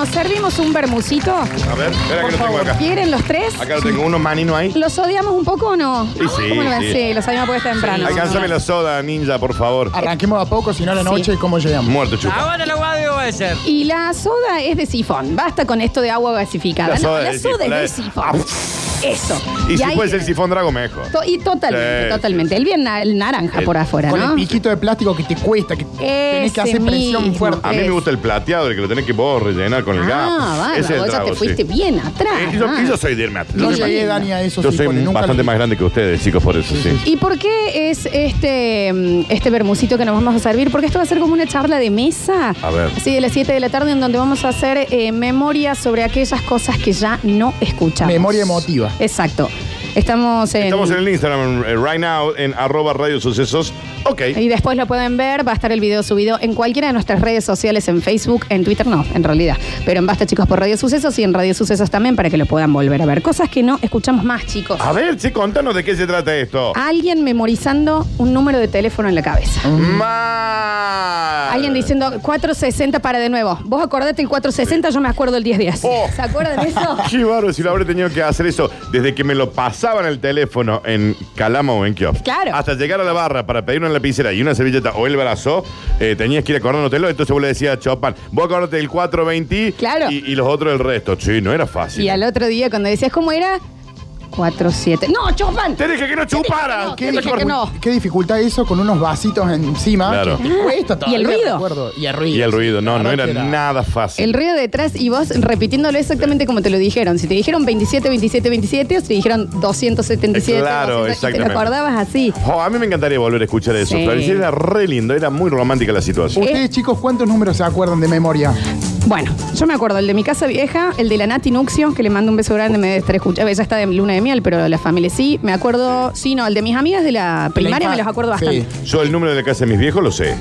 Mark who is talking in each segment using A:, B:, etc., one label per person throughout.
A: ¿Hacemos un vermucito?
B: A ver, espera que lo tengo acá.
A: ¿Quieren los tres?
B: Acá lo tengo, uno manino ahí.
A: ¿Los odiamos un poco o no?
B: Sí, sí,
A: ¿Cómo lo ven?
B: sí.
A: los habíamos puesto temprano.
B: Alcánzame la soda, ninja, por favor.
C: Arranquemos a poco, si no a la noche,
A: Sí.
C: ¿y cómo llegamos?
B: Muerto, chupa.
D: Ahora la guadio va a ser.
A: Y la soda es de sifón. Basta con esto de agua gasificada.
B: La
A: no,
B: soda
A: la
B: es de
A: soda es de
B: sifón.
A: sifón. Eso.
B: Y si
A: ahí-
B: puede ser sifón drago, mejor.
A: to- y totalmente,
B: Sí.
A: totalmente. El bien na- el naranja
B: El-
A: por afuera,
C: Con
A: ¿no?
C: el piquito de plástico que te cuesta, que tenés
A: Ese
C: que hacer presión
A: mismo.
C: fuerte.
B: A mí me
A: Es.
B: gusta el plateado, el que lo tenés que vos rellenar con el gas.
A: Ah,
B: Ese
A: bárbaro.
B: es el
A: Vos ya
B: drago,
A: te fuiste
B: sí.
A: bien atrás.
B: Eh, yo,
A: ah.
B: yo soy de irme atrás.
C: No
A: Qué
C: llegué,
A: lindo.
C: Dani, a eso.
B: Yo
C: sí,
B: soy
C: porque nunca
B: bastante
C: lo-
B: más grande que ustedes, chicos, por eso, sí.
A: ¿Y por qué es este, mm, este bermucito que nos vamos a servir? Porque esto va a ser como una charla de mesa.
B: A ver.
A: Sí, de las 7 de la tarde, en donde vamos a hacer eh, memoria sobre aquellas cosas que ya no escuchamos.
C: Memoria emotiva.
A: Exacto. Estamos en.
B: Estamos en el Instagram eh, right now, en arroba radio sucesos. Ok.
A: Y después lo pueden ver, va a estar el video subido en cualquiera de nuestras redes sociales, en Facebook, en Twitter no, en realidad. Pero en Basta Chicos por Radio Sucesos y en Radio Sucesos también para que lo puedan volver a ver. Cosas que no escuchamos más, chicos.
B: A ver, sí, contanos de qué se trata esto.
A: Alguien memorizando un número de teléfono en la cabeza.
B: Mal.
A: Alguien diciendo 460 para de nuevo. Vos acordate el 460, yo me acuerdo el 1010.
B: Oh.
A: ¿Se acuerdan de eso?
B: Qué bárbaro, si lo habré tenido que hacer eso desde que me lo pasaban el teléfono en Calama o en Kiosk.
A: Claro.
B: Hasta llegar a la barra para pedir una lapicera y una servilleta o el brazo, eh, tenías que ir acordándotelo. Entonces vos le decías a Chopin, vos acordate del 420
A: Claro.
B: y, y los otros el resto. Sí, no era fácil.
A: Y al otro día cuando decías cómo era 47. No, chupan.
B: Te dije que no chupara.
A: Te dije que no.
C: Qué dificultad eso con unos vasitos encima.
B: Claro.
C: que te cuesta
A: Y el
C: todavía,
A: ruido.
C: recuerdo. Y el ruido.
B: Y el ruido, no,
C: La
B: no
C: verdad
B: era
C: que
B: nada fácil.
A: El ruido detrás y vos repitiéndolo exactamente como te lo dijeron. Si te dijeron 27, 27, 27, o si te dijeron 277,
B: Claro,
A: 200, y te
B: exactamente.
A: lo acordabas así.
B: Oh, a mí me encantaría volver a escuchar eso.
A: Sí.
B: Florencia, era re lindo, era muy romántica la situación.
C: Ustedes,
A: Eh.
C: chicos, ¿cuántos números se acuerdan de memoria?
A: Bueno, yo me acuerdo el de mi casa vieja, el de la Nati Nuxio, que le mando un beso grande, me debe estar escuchando. Ella está de luna de miel, pero la familia sí. Me acuerdo, sí, no, el de mis amigas de la primaria me los acuerdo
C: Sí.
A: bastante.
B: Yo el número de la casa de mis viejos lo sé.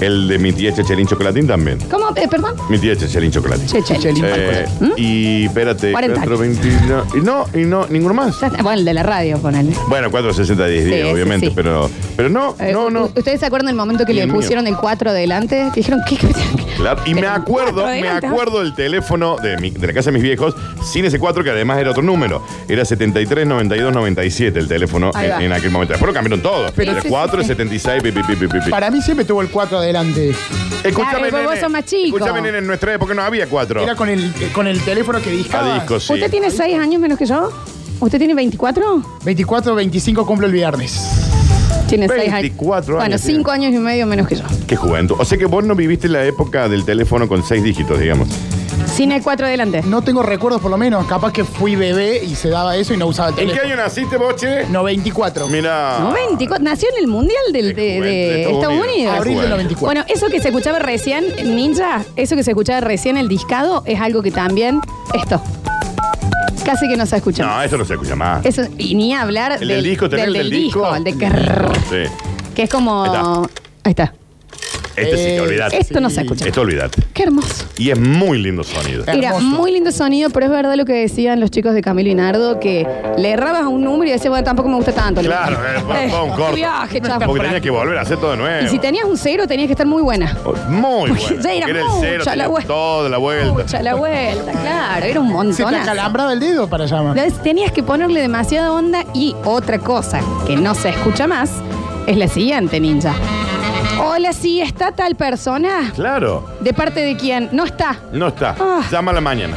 B: El de mi tía Chechelín Chocolatín también.
A: ¿Cómo? Eh, perdón.
B: Mi tía Chechelín Chocolatín.
A: Che, che.
C: Chichelín,
B: Eh, Y espérate,
A: 40 ¿Mm? años.
B: 429. Y no, y no, ninguno más.
A: Ya está. Bueno, el de la radio, ponele.
B: Bueno, 460 10
A: Sí, ese
B: obviamente,
A: sí.
B: pero pero no,
A: Eh,
B: no, no.
A: ¿u- ¿Ustedes se acuerdan del momento que
B: Y
A: le
B: el mío.
A: pusieron el 4 adelante? Que dijeron, ¿qué? qué- qué?
B: Claro, Y me
A: Pero
B: acuerdo,
A: cuatro
B: me
A: adelante.
B: acuerdo del teléfono de, mi- de la casa de mis viejos, sin ese 4, que además era otro número. Era 73 92 97 el teléfono
A: Ahí va.
B: en, en aquel momento. Después lo cambiaron todo.
A: Pero-
B: era
A: Sí, sí,
B: 4,
A: sí.
B: 76, pi, pi, pi, pi, pi.
C: Para mí siempre tuvo el 4 adelante.
B: Escúchame,
A: Claro, vos
B: nene,
A: sos más chico.
B: Escúchame, nene, en nuestra época no había 4.
C: Era con el, eh, con el teléfono que
B: A
C: discaba.
B: discos, sí.
A: ¿Usted tiene 6 años menos que yo? ¿Usted tiene 24?
C: 24, 25 cumplo el viernes.
A: Tiene
B: 24
A: años. Bueno,
B: años
A: 5 años y medio menos que yo.
B: Qué juventud. O sea que vos no viviste la época del teléfono con 6 dígitos, digamos.
A: Sin el 4 adelante.
C: No tengo recuerdos, por lo menos. Capaz que fui bebé y se daba eso y no usaba el
B: ¿En qué
C: teléfono.
B: año naciste, Boche?
C: 94.
B: Mira.
A: No, 24. Nació en el Mundial del- de,
B: Qué
A: de
B: juventud,
A: Estados Unidos.
C: Abril del 94.
A: Bueno, eso que se escuchaba recién, Ninja, eso que se escuchaba recién el discado, es algo que también. Esto. Casi que no se escucha.
B: No,
A: más.
B: eso no se escucha más.
A: Eso, y ni hablar
B: El del disco, tenés el del disco.
A: El de crrrr,
B: Sí.
A: que es como.
B: Ahí
A: Ahí está.
B: Este sí que
C: Eh,
B: olvidate.
A: Esto no se escucha.
B: Esto olvidate.
A: Qué hermoso.
B: Y es muy lindo sonido.
A: Era
C: Hermoso.
A: muy lindo sonido, pero es verdad lo que decían los chicos de Camilo y Nardo, que le errabas a un número y decías, bueno, tampoco me gusta tanto.
B: Claro, eh, fue- fue un
A: qué
B: corto.
A: viaje, chapa.
B: Porque tenía que volver a hacer todo de nuevo.
A: Y si tenías un cero, tenías que estar muy buena.
B: Muy
A: Porque
B: bueno.
A: ya era
B: el
A: mucha
B: cero,
A: la
B: tenía
A: vuelta.
B: toda la vuelta.
A: Mucha la vuelta, claro, era un
C: Se te
A: montón.
C: acalambraba el dedo para llamar.
A: Tenías que ponerle demasiada onda y otra cosa que no se escucha más es la siguiente, ninja. Hola, sí, está tal persona.
B: Claro.
A: ¿De parte de quién? No está.
B: No está.
A: Ah.
B: Llama a la mañana.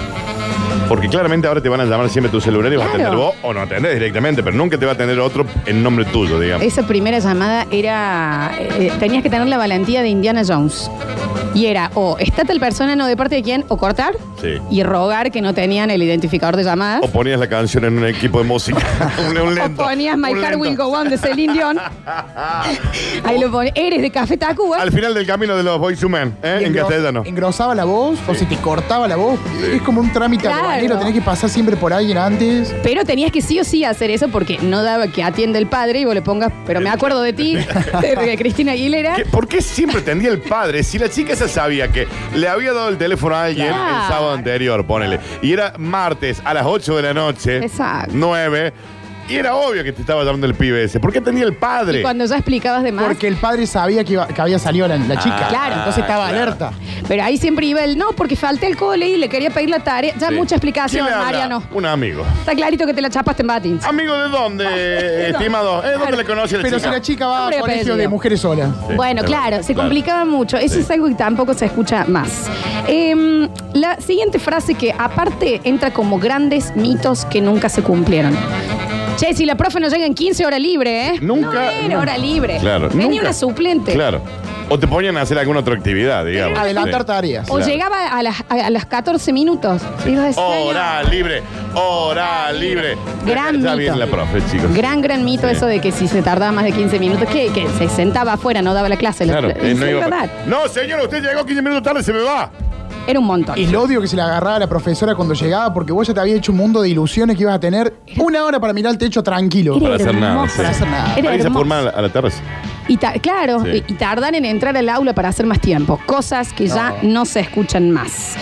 B: Porque claramente ahora te van a llamar siempre tu celular y vas
A: Claro.
B: a atender vos o no atendés directamente, pero nunca te va a atender otro en nombre tuyo, digamos.
A: Esa primera llamada era. eh, tenías que tener la valentía de Indiana Jones. Y era o está tal persona, no de parte de quién, o cortar
B: Sí.
A: y rogar que no tenían el identificador de llamadas.
B: O ponías la canción en un equipo de música. un, un lento.
A: O ponías My
B: un
A: Heart
B: lento.
A: Will Go On de Celine Dion. Ahí lo ponías. Eres de Café Tacuba.
B: Al final del camino de los Boys to Men, ¿eh?
C: Y
B: en
C: engros-
B: castellano.
C: Engrosaba la voz o se te cortaba la voz. Es como un trámite
A: Claro.
C: aduanero. Tenés que pasar siempre por alguien antes.
A: Pero tenías que sí o sí hacer eso porque no daba que atienda el padre y vos le pongas, pero me acuerdo de ti, de, de Cristina Aguilera.
B: ¿Qué- ¿Por qué siempre tendía el padre? Si la chica esa sabía que le había dado el teléfono a alguien
A: Claro.
B: el sábado anterior, ponele. Y era martes a las 8 de la noche.
A: Exacto.
B: 9. Y era obvio que te estaba llamando el pibe ese. ¿Por qué tenía el padre?
A: Y cuando ya explicabas de más. Ah,
C: Porque el padre sabía que, iba- que había salido la, la chica.
A: claro.
C: Entonces estaba
B: claro.
C: alerta.
A: Pero ahí siempre iba el no, porque falté el cole y le quería pedir la tarea. Ya
B: Sí.
A: mucha explicación,
B: ¿Quién le habla?
A: Mariano.
B: Un amigo.
A: Está clarito que te la chapaste en Batins.
B: ¿Amigo de dónde, estimado? ¿Eh? ¿Dónde le conoce la
C: Pero si
B: chica?
C: la chica va
A: Hombre,
C: a colegio
A: apellido.
C: de mujeres solas.
B: Sí,
A: bueno,
B: es
A: claro,
B: verdad,
A: se
B: claro.
A: complicaba mucho. Eso
B: Sí.
A: es algo que tampoco se escucha más. Em, la siguiente frase que aparte entra como grandes mitos que nunca se cumplieron. Che, si la profe no llega en 15 horas libre, ¿eh?
B: Nunca-
A: No era hora libre.
B: Claro.
A: Venía
B: nunca.
A: una suplente.
B: Claro. O te ponían a hacer alguna otra actividad, digamos.
C: Adelantar tareas.
A: O
B: Claro.
A: llegaba a las, a las 14 minutos. Digo, "Señor".
B: Hora libre, hora libre.
A: Gran
B: Ya
A: mito.
B: viene la profe, chicos.
A: Gran, gran mito
B: Sí.
A: eso de que si se tardaba más de 15 minutos, que, que se sentaba afuera, no daba la clase. La-
B: Claro,
A: la-
B: eh, no
A: es
B: iba pa-
A: verdad.
B: No, señora, usted llegó 15 minutos tarde, se me va.
A: Era un montón.
C: Y el odio que se le agarraba a la profesora cuando llegaba, porque vos ya te había hecho un mundo de ilusiones que ibas a tener una hora para mirar el techo tranquilo.
B: Para hacer nada,
A: hermoso.
B: sí. Para
C: hacer nada.
A: Era
B: Ahí se
A: hermoso.
B: forma a la- a la terraza.
A: Y ta- claro,
B: Sí.
A: y, y tardan en entrar al aula para hacer más tiempo. Cosas que ya no se escuchan más.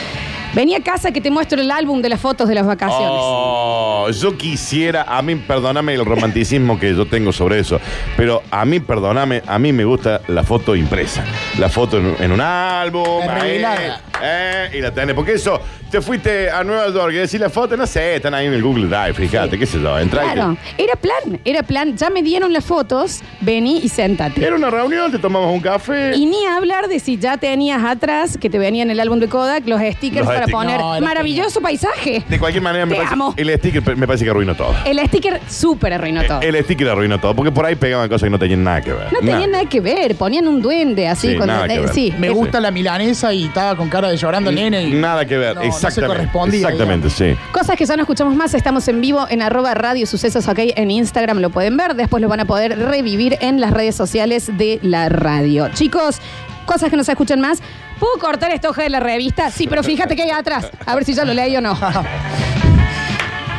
A: Vení a casa que te muestro el álbum de las fotos de las vacaciones.
B: Oh, yo quisiera, a mí, perdóname el romanticismo que yo tengo sobre eso, pero a mí, perdóname, a mí me gusta la foto impresa. La foto en, en un álbum,
C: La
B: ahí,
C: revelada.
B: eh, y la tenés. Porque eso, te fuiste a Nueva York y decís la foto, no sé, están ahí en el Google Drive, fíjate, qué sé yo, entrá y te-
A: Claro, era plan, era plan. Ya me dieron las fotos, vení y séntate.
B: Era una reunión, te tomamos un café.
A: Y ni hablar de si ya tenías atrás, que te venían el álbum de Kodak, los stickers
B: Los
A: para
B: stickers.
A: poner.
C: No, era
A: Maravilloso paisaje.
B: De cualquier manera, me
A: Te
B: parece,
A: amo.
B: el sticker me parece que arruinó todo.
A: El sticker súper arruinó todo.
B: Eh, El sticker arruinó todo, porque por ahí pegaban cosas que no tenían nada que ver.
A: no tenía nada que ver, ponían un duende así.
B: Sí,
A: cuando-
B: nada que ver.
A: sí,
C: Me
A: es-
C: gusta la milanesa y estaba con cara de llorando el nene. y-
B: Nada que ver,
C: No, no se
B: exactamente.
C: correspondía,
B: exactamente, sí.
A: Cosas que ya no escuchamos más, estamos en vivo en arroba radio sucesos ok en Instagram, lo pueden ver, después lo van a poder revivir en las redes sociales de la radio. Chicos, cosas que no se escuchan más, ¿puedo cortar esta hoja de la revista? Sí, pero fíjate que hay atrás, a ver si ya lo leí o no.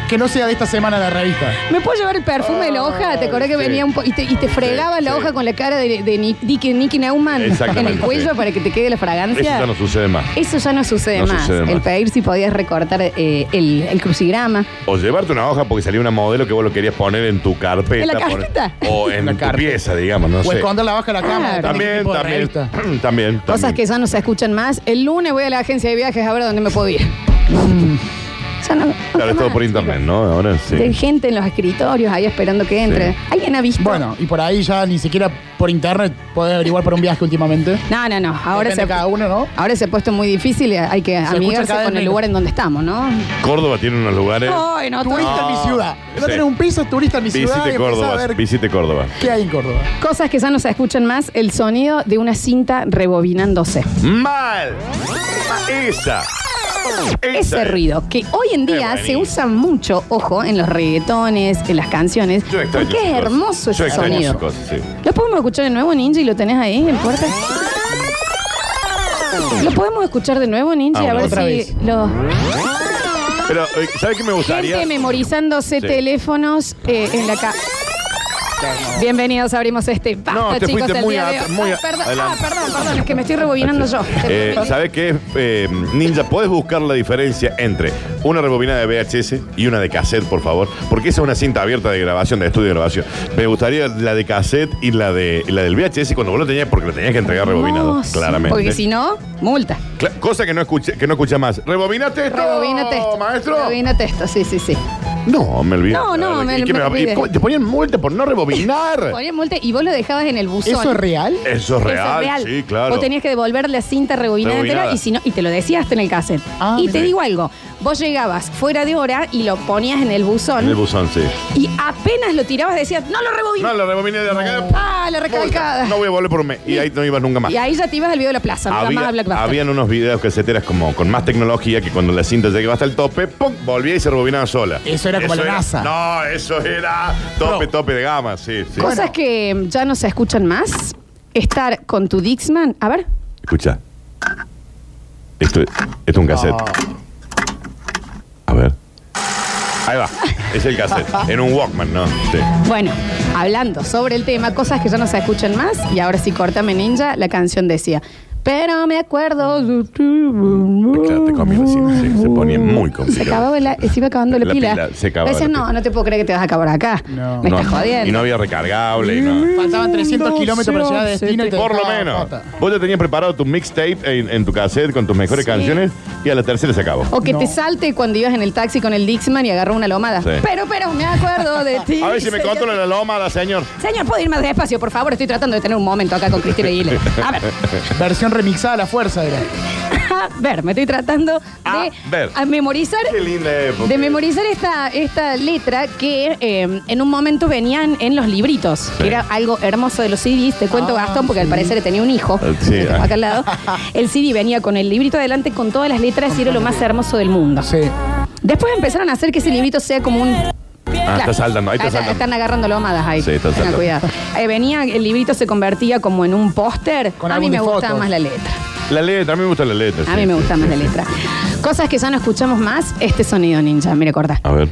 C: Que no sea de esta semana la revista.
A: ¿Me puedo llevar el perfume de la hoja? ¿Te acordás que
B: sí.
A: venía un po y te, y te fregaba la
B: sí.
A: hoja con la cara de, de Ni- Dick- Nicky Neumann en
B: Exactamente,
A: el cuello
B: sí.
A: para que te quede la
B: Eso
A: fragancia?
B: ya no sucede más.
A: Eso ya no sucede,
B: No
A: más.
B: sucede más.
A: El pedir si podías recortar eh, el, el crucigrama.
B: O llevarte una hoja porque salía una modelo que vos lo querías poner en tu carpeta.
A: ¿En la carpeta?
B: poner- o en
C: La
B: tu
C: carpeta.
B: pieza, digamos, no
C: o
B: sé.
C: esconder la baja de la cama.
A: Claro.
C: depende del
B: También,
C: tipo de
B: también,
C: revista.
B: también, también.
A: Cosas que ya no se escuchan más. El lunes voy a la agencia de viajes a ver dónde me puedo ir. Ya no- no
B: Mm. Claro, es
A: está
B: todo
A: más,
B: por internet, ¿no? Ahora sí.
A: chicos. Hay gente en los escritorios ahí esperando que entre.
B: Sí.
A: ¿Alguien ha visto?
C: Bueno, y por ahí ya ni siquiera por internet podés averiguar por un viaje últimamente.
A: No, no, no. Ahora
C: Depende
A: se,
C: de cada uno, ¿no?
A: ahora se ha puesto muy difícil. y Hay que
C: escucha
A: amigarse
C: cada vez
A: con el
C: menos.
A: lugar en donde estamos, ¿no?
B: Córdoba tiene unos lugares.
A: No, en otro-
C: Turista en mi ciudad. No
B: Ah, Sí.
C: tenés un piso, es turista en mi ciudad.
B: Visite
C: y empezás
B: Córdoba,
C: a ver
B: visite Córdoba.
C: qué hay en Córdoba.
A: Cosas que ya no se escuchan más. El sonido de una cinta rebobinándose.
B: Mal. Esa. Esa
A: Ese
B: es.
A: ruido que hoy en día
B: Qué
A: se
B: buenísimo.
A: usa mucho, ojo, en los reggaetones, en las canciones,
B: Yo extraño
A: porque es
B: esas cosas.
A: hermoso
B: Yo
A: ese
B: extraño
A: sonido.
B: esas cosas, sí.
A: ¿Lo podemos escuchar de nuevo, Ninja, y lo tenés ahí en puerta? ¿Lo podemos escuchar de nuevo, Ninja?
B: Ah,
A: a ver
B: otra
A: si
C: vez.
A: lo-
B: Pero, eh, ¿sabes qué me gustaría?
A: Gente memorizándose
B: Sí.
A: teléfonos eh, en la casa. Bienvenidos, abrimos este basta,
B: No, te
A: chicos,
B: fuiste
A: el
B: muy
A: día
B: a-
A: de hoy.
B: muy a-
A: Ah, perdón, ah,
B: adelante.
A: perdón, perdón, es que me estoy rebobinando yo.
B: Eh, ¿Sabes qué? Eh, Ninja, ¿podés buscar la diferencia entre una rebobina de VHS y una de cassette, por favor? Porque esa es una cinta abierta de grabación, de estudio de grabación. Me gustaría la de cassette y la de y la del VHS cuando vos lo tenías, porque lo tenías que entregar rebobinado,
A: Hermoso,
B: claramente.
A: Porque si no, multa.
B: Cla- cosa que no escuché, que no escucha más. ¿Rebobinaste esto?
A: Rebobínate esto.
B: maestro.
A: Rebobínate esto, sí, sí, sí.
B: No, me olvidé.
A: No, no,
B: ¿Y
A: me-
B: qué
A: me olvidé.
B: y cómo- Te ponían multa por no rebobinar.
A: Ponían multa y vos lo dejabas en el buzón.
C: ¿Eso es real?
B: Eso es real, sí, claro.
A: Vos tenías que devolver la cinta rebobinada,
B: Rebobinada.
A: entera y, si no, y te lo decías hasta en el cassette.
C: Ah,
A: y
C: mira.
A: te digo algo, vos llegabas fuera de hora y lo ponías en el buzón
B: En el buzón, sí.
A: y apenas lo tirabas decías, no lo rebobiné.
B: No, la rebobiné de arrancada.
A: Ah, la
B: Multa.
A: recalcada.
B: No voy a volver por un mes. Y ahí no ibas nunca más.
A: y ahí ya te ibas al video de la plaza, nada más a Black Buster.
B: habían unos videos caseteras como con más tecnología que cuando la cinta llegaba hasta el tope, ¡pum! volvía y se rebobinaba sola.
C: Eso era como la NASA.
B: No, eso era tope,
C: No.
B: tope de gama, sí, sí.
A: Cosas
C: Bueno.
A: que ya no se escuchan más. Estar con tu Dixman. A ver.
B: Escucha. Esto, esto es un cassette. A ver. Ahí va. Es el cassette. en un Walkman, ¿no? Sí.
A: Bueno, hablando sobre el tema, cosas que ya no se escuchan más, y ahora sí, córtame ninja, la canción decía, pero me acuerdo...
B: Claro, te comida, sí, sí, se ponía muy
A: Se
B: complicado.
A: acababa la, se iba acabando la,
B: La
A: pila.
B: pila, se acababa
A: A veces
B: la
A: no,
B: pila.
A: no te puedo creer que te vas a acabar acá.
C: No.
A: Me
B: No,
A: estás jodiendo. Mm.
B: Y no había recargable. y no-
C: Faltaban 300 kilómetros para llegar a destino y te
B: Por lo
C: dejaba
B: menos.
C: pata.
B: Vos ya tenías preparado tu mixtape en, en tu cassette con tus mejores
A: Sí.
B: canciones y a la tercera se acabó.
A: O que
C: No.
A: te salte cuando ibas en el taxi con el Dixman y agarró una lomada.
B: Sí.
A: Pero, pero, me acuerdo de ti.
B: A ver si me
A: señor.
B: controla la loma, la señor.
A: Señor, ¿puedo ir más despacio? Por favor, estoy tratando de tener un momento acá con Cristina Aguilera. A ver,
C: Versión remixada a la fuerza era.
A: a ver, me estoy tratando
B: A
A: de
B: ver.
A: a memorizar
B: Qué linda época.
A: De memorizar esta, esta letra que eh, en un momento venían en los libritos, que era algo hermoso de los CDs. Te cuento,
C: Ah,
A: Gastón, porque al parecer tenía un hijo,
B: Eh, sí,
A: que tengo
B: ah.
A: acá al lado. El CD venía con el librito adelante con todas las letras y era lo más hermoso del mundo.
C: Sí.
A: Después empezaron a hacer que ese librito sea como un.
B: Ah, está saltando, ahí está
A: Ah,
B: saltando.
A: Están agarrando lomadas ahí.
B: Sí, está
A: Tengan
B: saltando.
A: cuidado. Eh, venía, el librito se convertía como en un póster.
C: Con
A: A mí
C: álbum de
A: me gustaba
C: fotos.
A: más la letra.
B: La letra, a mí me gusta la letra.
A: A
B: sí,
A: mí me
B: sí,
A: gusta
B: sí,
A: más la
B: sí.
A: letra. Cosas que ya no escuchamos más, este sonido ninja. Mire, corta.
B: A ver.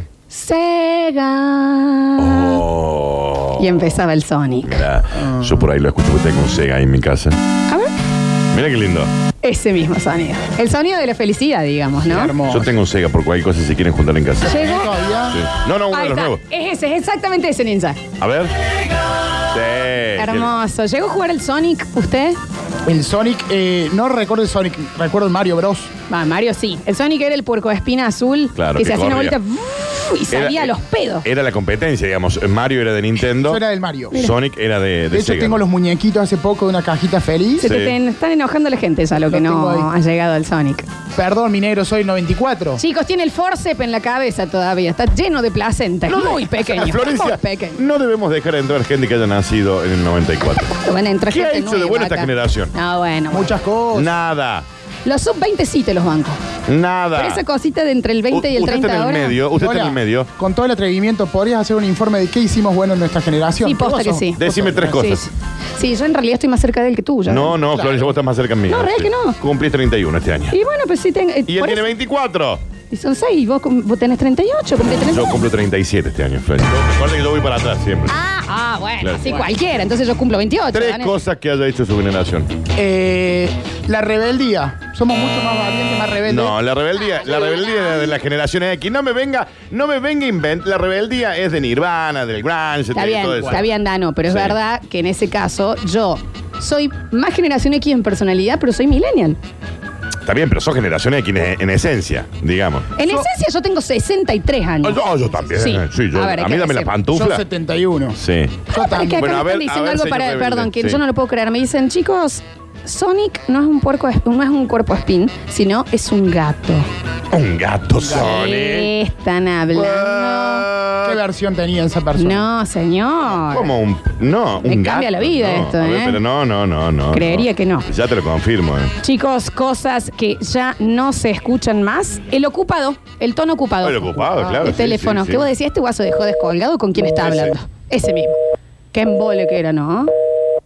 A: Sega.
B: Oh.
A: Y empezaba el Sonic.
B: Mirá, yo por ahí lo escucho porque tengo un Sega ahí en mi casa.
A: A ver.
B: Mira qué lindo.
A: Ese mismo sonido. El sonido de la felicidad, digamos, ¿no?
C: Hermoso.
B: Yo tengo un Sega por cualquier cosa si quieren juntar en casa.
A: Llegó.
C: Todavía.
B: Sí. No, no, uno
A: Ahí
B: de los
A: está.
B: nuevos.
A: Es ese, es exactamente ese ninja.
B: A ver. Sí.
A: Hermoso. ¿Llegó a jugar el Sonic usted?
C: El Sonic, eh, no recuerdo el Sonic, recuerdo el Mario Bros.
A: Va, Mario sí. El Sonic era el puerco de espina azul
B: Claro,
A: que,
B: que
A: se hacía una
B: corría.
A: bolita ¡vuu! y salía a los pedos.
B: Era la competencia, digamos. Mario era de Nintendo.
C: Yo era del Mario. De
B: Sonic era de, de
C: hecho,
B: Sega.
C: tengo los muñequitos hace poco de una cajita feliz.
A: Se te
B: sí.
A: ten- están enojando la gente ya lo, que
C: Lo tengo
A: no
C: ahí.
A: ha llegado al Sonic.
C: Perdón, mi negro, soy 94.
A: Chicos, tiene el forcep en la cabeza todavía. Está lleno de placenta. Muy pequeño. Muy
B: Florencia,
A: pequeño.
B: no debemos dejar entrar gente que haya nacido en el 94.
A: Van a entrar
B: ¿Qué ha
A: gente
B: hecho de
A: nueva
B: bueno esta
A: acá.
B: generación?
A: No, bueno.
C: Muchas cosas.
B: nada,
A: Los sub-20 sí te los bancos.
B: nada.
A: Pero esa cosita de entre el 20 y el
B: Ah. usted
A: 30
B: está en el
A: ahora.
B: medio, usted está en
C: Lola,
B: el medio.
C: Con todo el atrevimiento, ¿podrías hacer un informe de qué hicimos bueno en nuestra generación?
A: Sí, posta
C: Vos
A: que
C: sos-
A: sí.
C: vos
B: Decime
C: sos-
B: tres cosas.
A: Ah, Sí, sí. Sí, yo en realidad estoy más cerca de él que tú. ya
B: No,
A: ves.
B: no, Florencia, vos estás más cerca mío.
A: No, real que no.
B: Cumplís 31 este año.
A: Y bueno, pues sí tengo. eh,
B: Y él
A: por
B: tiene
A: eso-
B: 24.
A: y son 6, y vos, cum- vos tenés 38, cumplís 38.
B: Yo cumplo 37 este año, Florencia. Recuerda que yo voy para atrás siempre.
A: Ah, ah, bueno,
B: Claro.
A: sí, cualquiera. Entonces yo cumplo 28.
B: Tres
A: Daniel.
B: cosas que haya hecho su generación.
C: Eh, la rebeldía. Somos mucho más valientes, más rebeldes.
B: No, la rebeldía,
A: Ah,
B: la rebeldía era de la generación X. No me venga, no me venga invent. La rebeldía es de Nirvana, del grunge,
A: Está
B: de todo
A: bien,
B: eso.
A: está bien, Dano, pero es
B: Sí.
A: verdad que en ese caso yo soy más generación X en personalidad, pero soy millennial.
B: Está bien, pero sos generación X en, en esencia, digamos.
A: En esencia yo tengo 63
B: Ah,
A: años.
B: Yo, yo también.
A: Sí.
B: Sí, yo-
A: A
B: a,
A: ver, hay
B: mí
A: que
B: dame la
A: decir.
C: Yo
B: pantufla.
C: 71.
B: Sí.
C: Yo
A: Para que acá
C: también.
B: Bueno, a
A: me están
B: ver, a
A: diciendo
B: ver,
A: algo
B: señor
A: para.
B: rebelde,
A: Perdón, que
B: sí.
A: yo no lo puedo creer. Me dicen, chicos, Sonic no es un puerco, no es un cuerpo spin, sino es un gato.
B: Un gato Sony.
A: ¿Qué están hablando?
C: ¿Qué versión tenía esa persona?
A: No, señor.
B: Como un. No, un
A: Me
B: gato.
A: cambia la vida
B: no.
A: esto,
B: A ver,
A: ¿eh?
B: Pero no, no, no, no.
A: Creería que no.
B: Ya te lo confirmo, ¿eh?
A: Chicos, cosas que ya no se escuchan más. El ocupado, el tono ocupado. Ah,
B: Estoy ocupado, claro.
A: el
B: sí,
A: teléfono.
B: sí, sí.
A: Que vos decías, este guaso dejó descolgado con quién está
B: Ese.
A: hablando. Ese mismo. Qué embole que era, ¿no?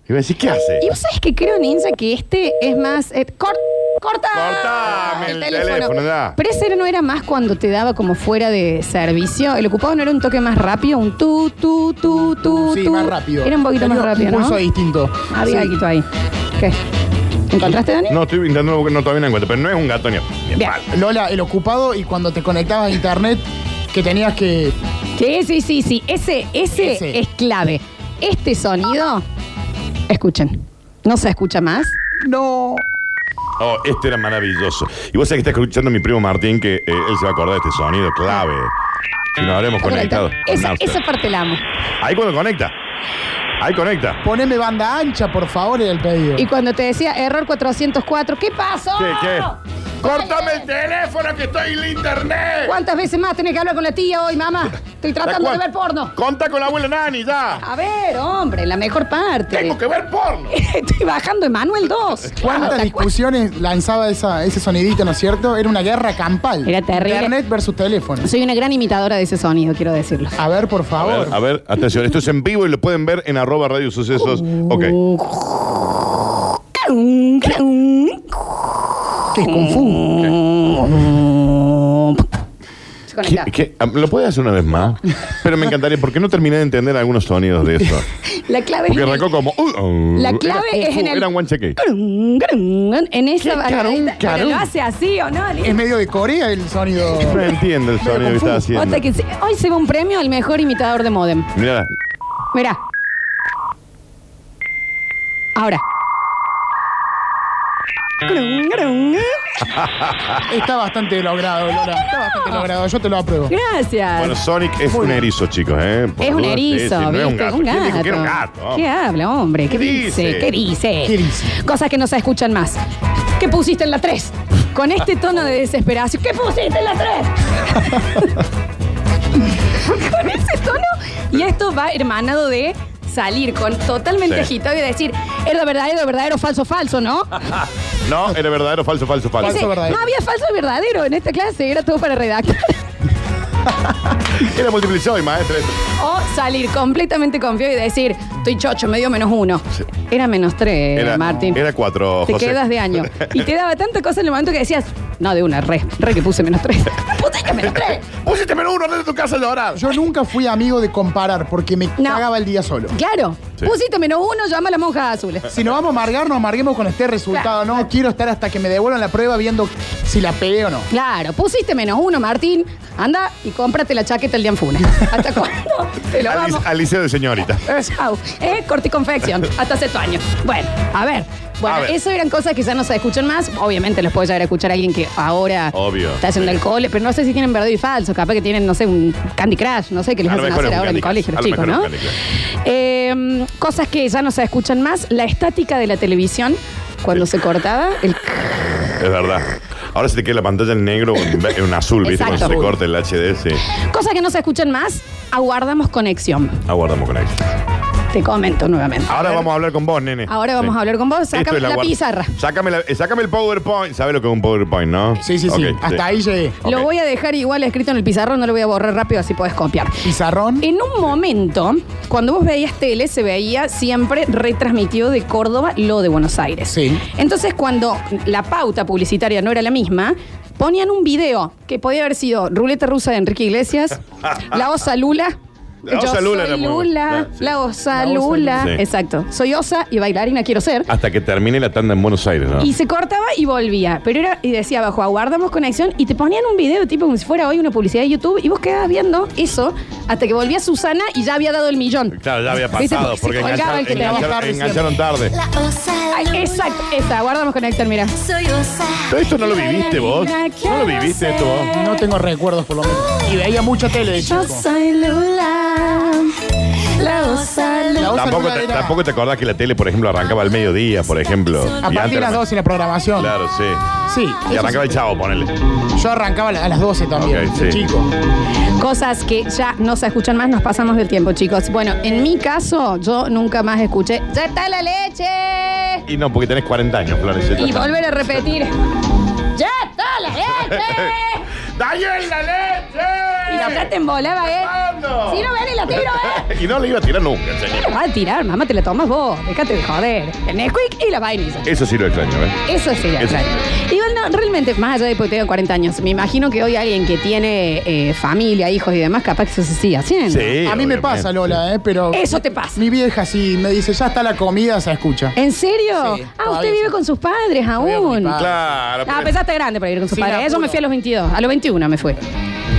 B: Iba a decir, ¿qué hace?
A: Y vos sabés que creo, Ninja, que este es más. eh, cor- ¡Corta!
B: Cortame el teléfono, da.
A: Pero ese no era más cuando te daba como fuera de servicio. El ocupado no era un toque más rápido, un tu, tu, tu, tu.
C: Sí,
A: tu.
C: más rápido.
A: Era un poquito
C: Tenía
A: más rápido,
C: Un pulso
A: ¿no?
C: distinto.
A: Había
C: Sí.
A: algo ahí. ¿Qué? ¿Encontraste, Dani?
B: No, estoy intentando, no todavía no encuentro, pero no es un gato ni a- ni a
A: Bien.
B: palo.
C: Lola, el ocupado y cuando te conectabas a internet, que tenías que.
A: Sí, sí, sí, sí. Ese, ese,
C: Ese.
A: es clave. Este sonido, escuchen, no se escucha más.
C: No.
B: Oh, este era maravilloso. Y vos sabés que está escuchando a mi primo Martín, que eh, él se va a acordar de este sonido clave. Si nos habremos conectado. con
A: Esa,
B: Napster.
A: esa parte la amo.
B: Ahí cuando conecta. Ahí conecta.
C: Poneme banda ancha, por favor, era el pedido.
A: Y cuando te decía error 404, ¿qué pasó?
B: ¿Qué, qué? ¡Córtame el teléfono que estoy en la internet!
A: ¿Cuántas veces más tenés que hablar con la tía hoy, mamá? Estoy tratando de ver porno.
B: Conta con la abuela Nani ya.
A: A ver, hombre, la mejor parte.
B: Tengo que ver porno.
A: Estoy bajando Emanuel 2.
C: ¿Cuántas discusiones lanzaba esa, ese sonidito, no es cierto? Era una guerra campal.
A: Era terrible.
C: Internet versus teléfono.
A: Soy una gran imitadora de ese sonido, quiero decirlo.
C: A ver, por
B: A
C: favor.
B: ver, a ver, atención, esto es en vivo y lo pueden ver en arroba radio sucesos.
A: Uh.
B: Ok.
A: Uh.
C: Que confundo.
A: Como
B: ¿Qué-
A: desconectar.
B: qué? Ah, ¿Lo puedes hacer una vez más? Pero me encantaría, porque no terminé de entender algunos sonidos de eso.
A: La clave
B: Porque
A: es en
B: arrancó
A: el-
B: como. uh, uh,
A: La clave
B: era,
A: es en el-
B: Era un one check it.
A: grun, grun, en esa
B: Qué carón,
A: barbaridad. Pero
B: carón.
A: lo hace así o no.
C: Es medio de Corea el sonido.
B: No entiendo el sonido que está haciendo.
A: Otra que se- hoy se va un premio al mejor imitador de modem.
B: Mira,
A: Mirá. Ahora. Grun, grun.
C: Está bastante logrado, Lola. Está bastante logrado. Yo te lo apruebo.
A: Gracias.
B: bueno, Sonic es un erizo, chicos, ¿eh? Por
A: es un
B: dudas, sí, sí,
A: erizo,
B: no
A: ¿viste?
B: es un gato. ¿Quién dijo que era un gato?
A: ¿Qué habla, hombre? ¿Qué,
B: ¿Qué
A: dice?
B: dice?
A: ¿Qué dice?
C: ¿Qué dice?
A: Cosas que no se escuchan más. ¿Qué pusiste en la 3? Con este tono de desesperación. ¿Qué pusiste en la 3? Con ese tono. Y esto va hermanado de salir con totalmente
B: Sí.
A: agitado y decir, es lo verdadero, verdadero, falso, falso, ¿no?
B: No, era verdadero, falso, falso, falso.
A: Ese-
C: verdadero.
A: No había falso y verdadero en esta clase, era todo para redactar.
B: Era multiplicado y maestra. esto.
A: O salir completamente confiado y decir, estoy chocho, me dio menos uno. Era menos tres,
B: Era,
A: Eh, Martín.
B: era cuatro,
A: te
B: José.
A: quedas de año. Y te daba tanta cosa en el momento que decías, no, de una, re, re que puse menos tres. ¡Pusiste menos tres!
B: Pusiste menos uno de tu casa a llorar.
C: Yo nunca fui amigo de comparar porque me cagaba el día solo.
A: Claro,
B: Sí.
A: pusiste menos uno, llama a las monjas azules.
C: Si nos vamos a amargar, nos amarguemos con este resultado. No quiero estar hasta que me devuelvan la prueba viendo si la pegué o no.
A: Claro, pusiste menos uno, Martín. Anda y cómprate la chaqueta el día en Funes. ¿Hasta cuándo? Te lo
B: Al,
A: vamos.
B: lice- al liceo de señorita.
A: Chau. Eh, corte y confección. Hasta sexto año. Bueno, a ver. Bueno,
B: A ver.
A: eso eran cosas que ya no se escuchan más. Obviamente los puede llegar a escuchar a alguien que ahora
B: Obvio.
A: está haciendo el cole, pero no sé si tienen verdadero y falso. Capaz que tienen, no sé, un Candy Crush, no sé, que les
B: A lo
A: hacen
B: mejor
A: hacer
B: es un
A: ahora en el
B: Candy Crush.
A: colegio los
B: A lo
A: chicos, ¿no?
B: mejor es un
A: Eh, cosas que ya no se escuchan más. La estática de la televisión cuando se cortaba. El...
B: Es verdad. Ahora se te queda la pantalla en negro o en, en azul, ¿viste?
A: Exacto.
B: Cuando se te corta el HD, sí.
A: Cosas que no se escuchan más. Aguardamos conexión.
B: Aguardamos con él.
A: Te comento nuevamente.
B: Ahora vamos a hablar con vos, nene.
A: Ahora vamos a hablar con vos.
B: Ah, Esto
A: Sácame
B: es
A: la
B: guarda-
A: pizarra.
B: Sácame, la- eh, sácame el PowerPoint. ¿Sabes lo que es un PowerPoint, no?
C: Sí, sí, sí.
B: Ok,
C: hasta ahí llegué.
B: Ok.
A: Lo voy a dejar igual escrito en el pizarrón, no lo voy a borrar rápido, así podés copiar.
C: Pizarrón.
A: En un momento, cuando vos veías tele, se veía siempre retransmitido de Córdoba lo de Buenos Aires.
C: Sí.
A: Entonces, cuando la pauta publicitaria no era la misma, ponían un video que podía haber sido Ruleta Rusa de Enrique Iglesias, La Osa Lula.
B: La
A: Yo
B: Osa Lula
A: soy
B: era muy buena.
A: Lula,
B: Sí.
A: La Osa
C: La Osa
A: Lula.
B: Lula. Sí.
A: Exacto. Soy Osa y bailarina quiero ser.
B: Hasta que termine la tanda en Buenos Aires, ¿no?
A: Y se cortaba y volvía. Pero era, y decía abajo, aguardamos conexión. Y te ponían un video, tipo como si fuera hoy una publicidad de YouTube. Y vos quedabas viendo eso hasta que volvía Susana y ya había dado el millón.
B: Claro, ya había
A: ¿Viste?
B: pasado,
A: se
B: porque
A: colgaba
B: engancharon,
A: el que te daba.
B: engancharon-
C: tarde
B: engancharon tarde.
D: La osa
A: Ay,
D: luna,
A: Exacto, esa, aguardamos conexión, mira.
D: Soy osa.
B: Pero esto no lo viviste vos. No lo viviste esto vos.
C: No tengo recuerdos, por lo menos. Y veía mucha tele de chico.
A: Yo soy Lula, la osa Lula.
C: La osa
B: Tampoco
C: luna
B: te,
C: era
B: tampoco te acordás que la tele, por ejemplo, arrancaba al mediodía, por ejemplo. Y
C: A partir
B: antes
C: de las
B: arran-
C: 12 en la programación.
B: Claro, sí.
C: Sí.
B: Y
C: eso
B: arrancaba el chavo, ponele.
C: sí. Yo arrancaba a la- a las 12 también,
B: Ok,
C: de
B: sí.
C: chico.
A: Cosas que ya no se escuchan más, nos pasamos del tiempo, chicos. Bueno, en mi caso, yo nunca más escuché. ¡Ya está la leche!
B: Y no, porque tenés 40 años, Florencia.
A: Y volver a repetir. ¡Ya está la leche!
B: ¡Daniel, la leche!
A: Y la plata embolaba, ¿eh?
B: ¡Ando!
A: Si no ven y la tiro, ¿eh?
B: y no le iba a tirar nunca,
A: ¿Qué
B: señor.
A: la vas a tirar, mamá? Te la tomas vos. Déjate de joder. El Nesquik y la vainilla.
B: Eso sí lo extraño, ¿eh?
A: Eso sí, la
B: Eso.
A: extraño. Igual no, realmente, más allá de porque tengo 40 años, me imagino que hoy alguien que tiene eh, familia, hijos y demás, capaz que eso se sigue haciendo.
C: a mí me pasa, Lola, ¿eh? Pero.
A: Eso te pasa.
C: Mi vieja sí me dice, ya está la comida, se escucha.
A: ¿En serio?
C: Sí,
A: ah,
C: todavía
A: usted vive
C: sí.
A: con sus padres
C: vivo con
A: aún.
C: mis padres.
B: Claro.
A: Ah,
B: pero-
A: pues ya está grande para vivir con sus
C: Sin
A: padres. Yo me
C: apuro.
A: fui a los 22. A los 21 me fui.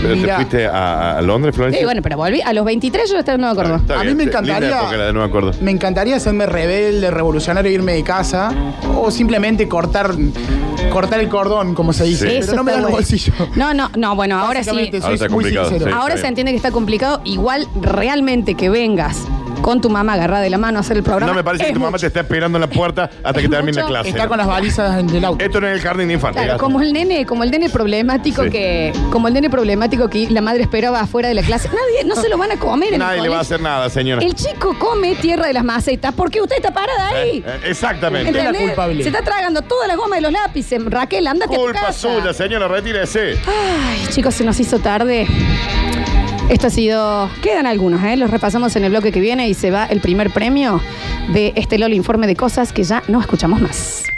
B: ¿Pero ¿Te
C: Mira.
B: fuiste a, a Londres, Florencia?
A: Sí, bueno, pero volví. A los 23 yo ya estaba en Nueva Córdoba.
B: Está
C: A mí
B: bien,
C: me
B: sí, linda
C: encantaría-
B: época la de Nueva Córdoba.
C: Me encantaría hacerme rebelde, revolucionario, irme de casa o simplemente cortar cortar el cordón, como se dice.
B: Sí.
C: Pero no me da
A: está
C: los
A: bueno.
C: bolsillos.
A: No, no, no. Bueno, ahora sí.
C: Básicamente,
B: Ahora está
C: soy muy
B: complicado,
C: sincero.
B: sí.
A: Ahora
B: está
A: se
B: bien.
A: entiende que está complicado. Igual realmente que vengas con tu mamá agarrada de la mano a hacer el programa.
B: No me parece
A: es
B: que tu mamá
A: mucho.
B: te está esperando en la puerta hasta
A: Es
B: que termine la
A: mucho.
B: clase.
C: Está con las balizas en el auto.
B: Esto no es el jardín de infantes.
A: Claro,
B: gato.
A: como el nene, como el nene problemático
B: Sí.
A: que, como el nene problemático que la madre esperaba afuera de la clase. Nadie, no se lo van a comer. en el
B: Nadie le va a
A: colegio.
B: hacer nada, señora.
A: El chico come tierra de las macetas porque usted está parada ahí.
B: Eh, eh, exactamente.
C: Usted la
A: ¿Entendés?
C: culpable.
A: Se está tragando toda la goma de los lápices. Raquel, andate a tu
B: Culpa
A: casa.
B: suya, señora, retírese.
A: Ay, chicos, se nos hizo tarde. Esto ha sido. Quedan algunos, ¿eh? Los repasamos en el bloque que viene y se va el primer premio de este Lolo Informe de Cosas que ya no escuchamos más.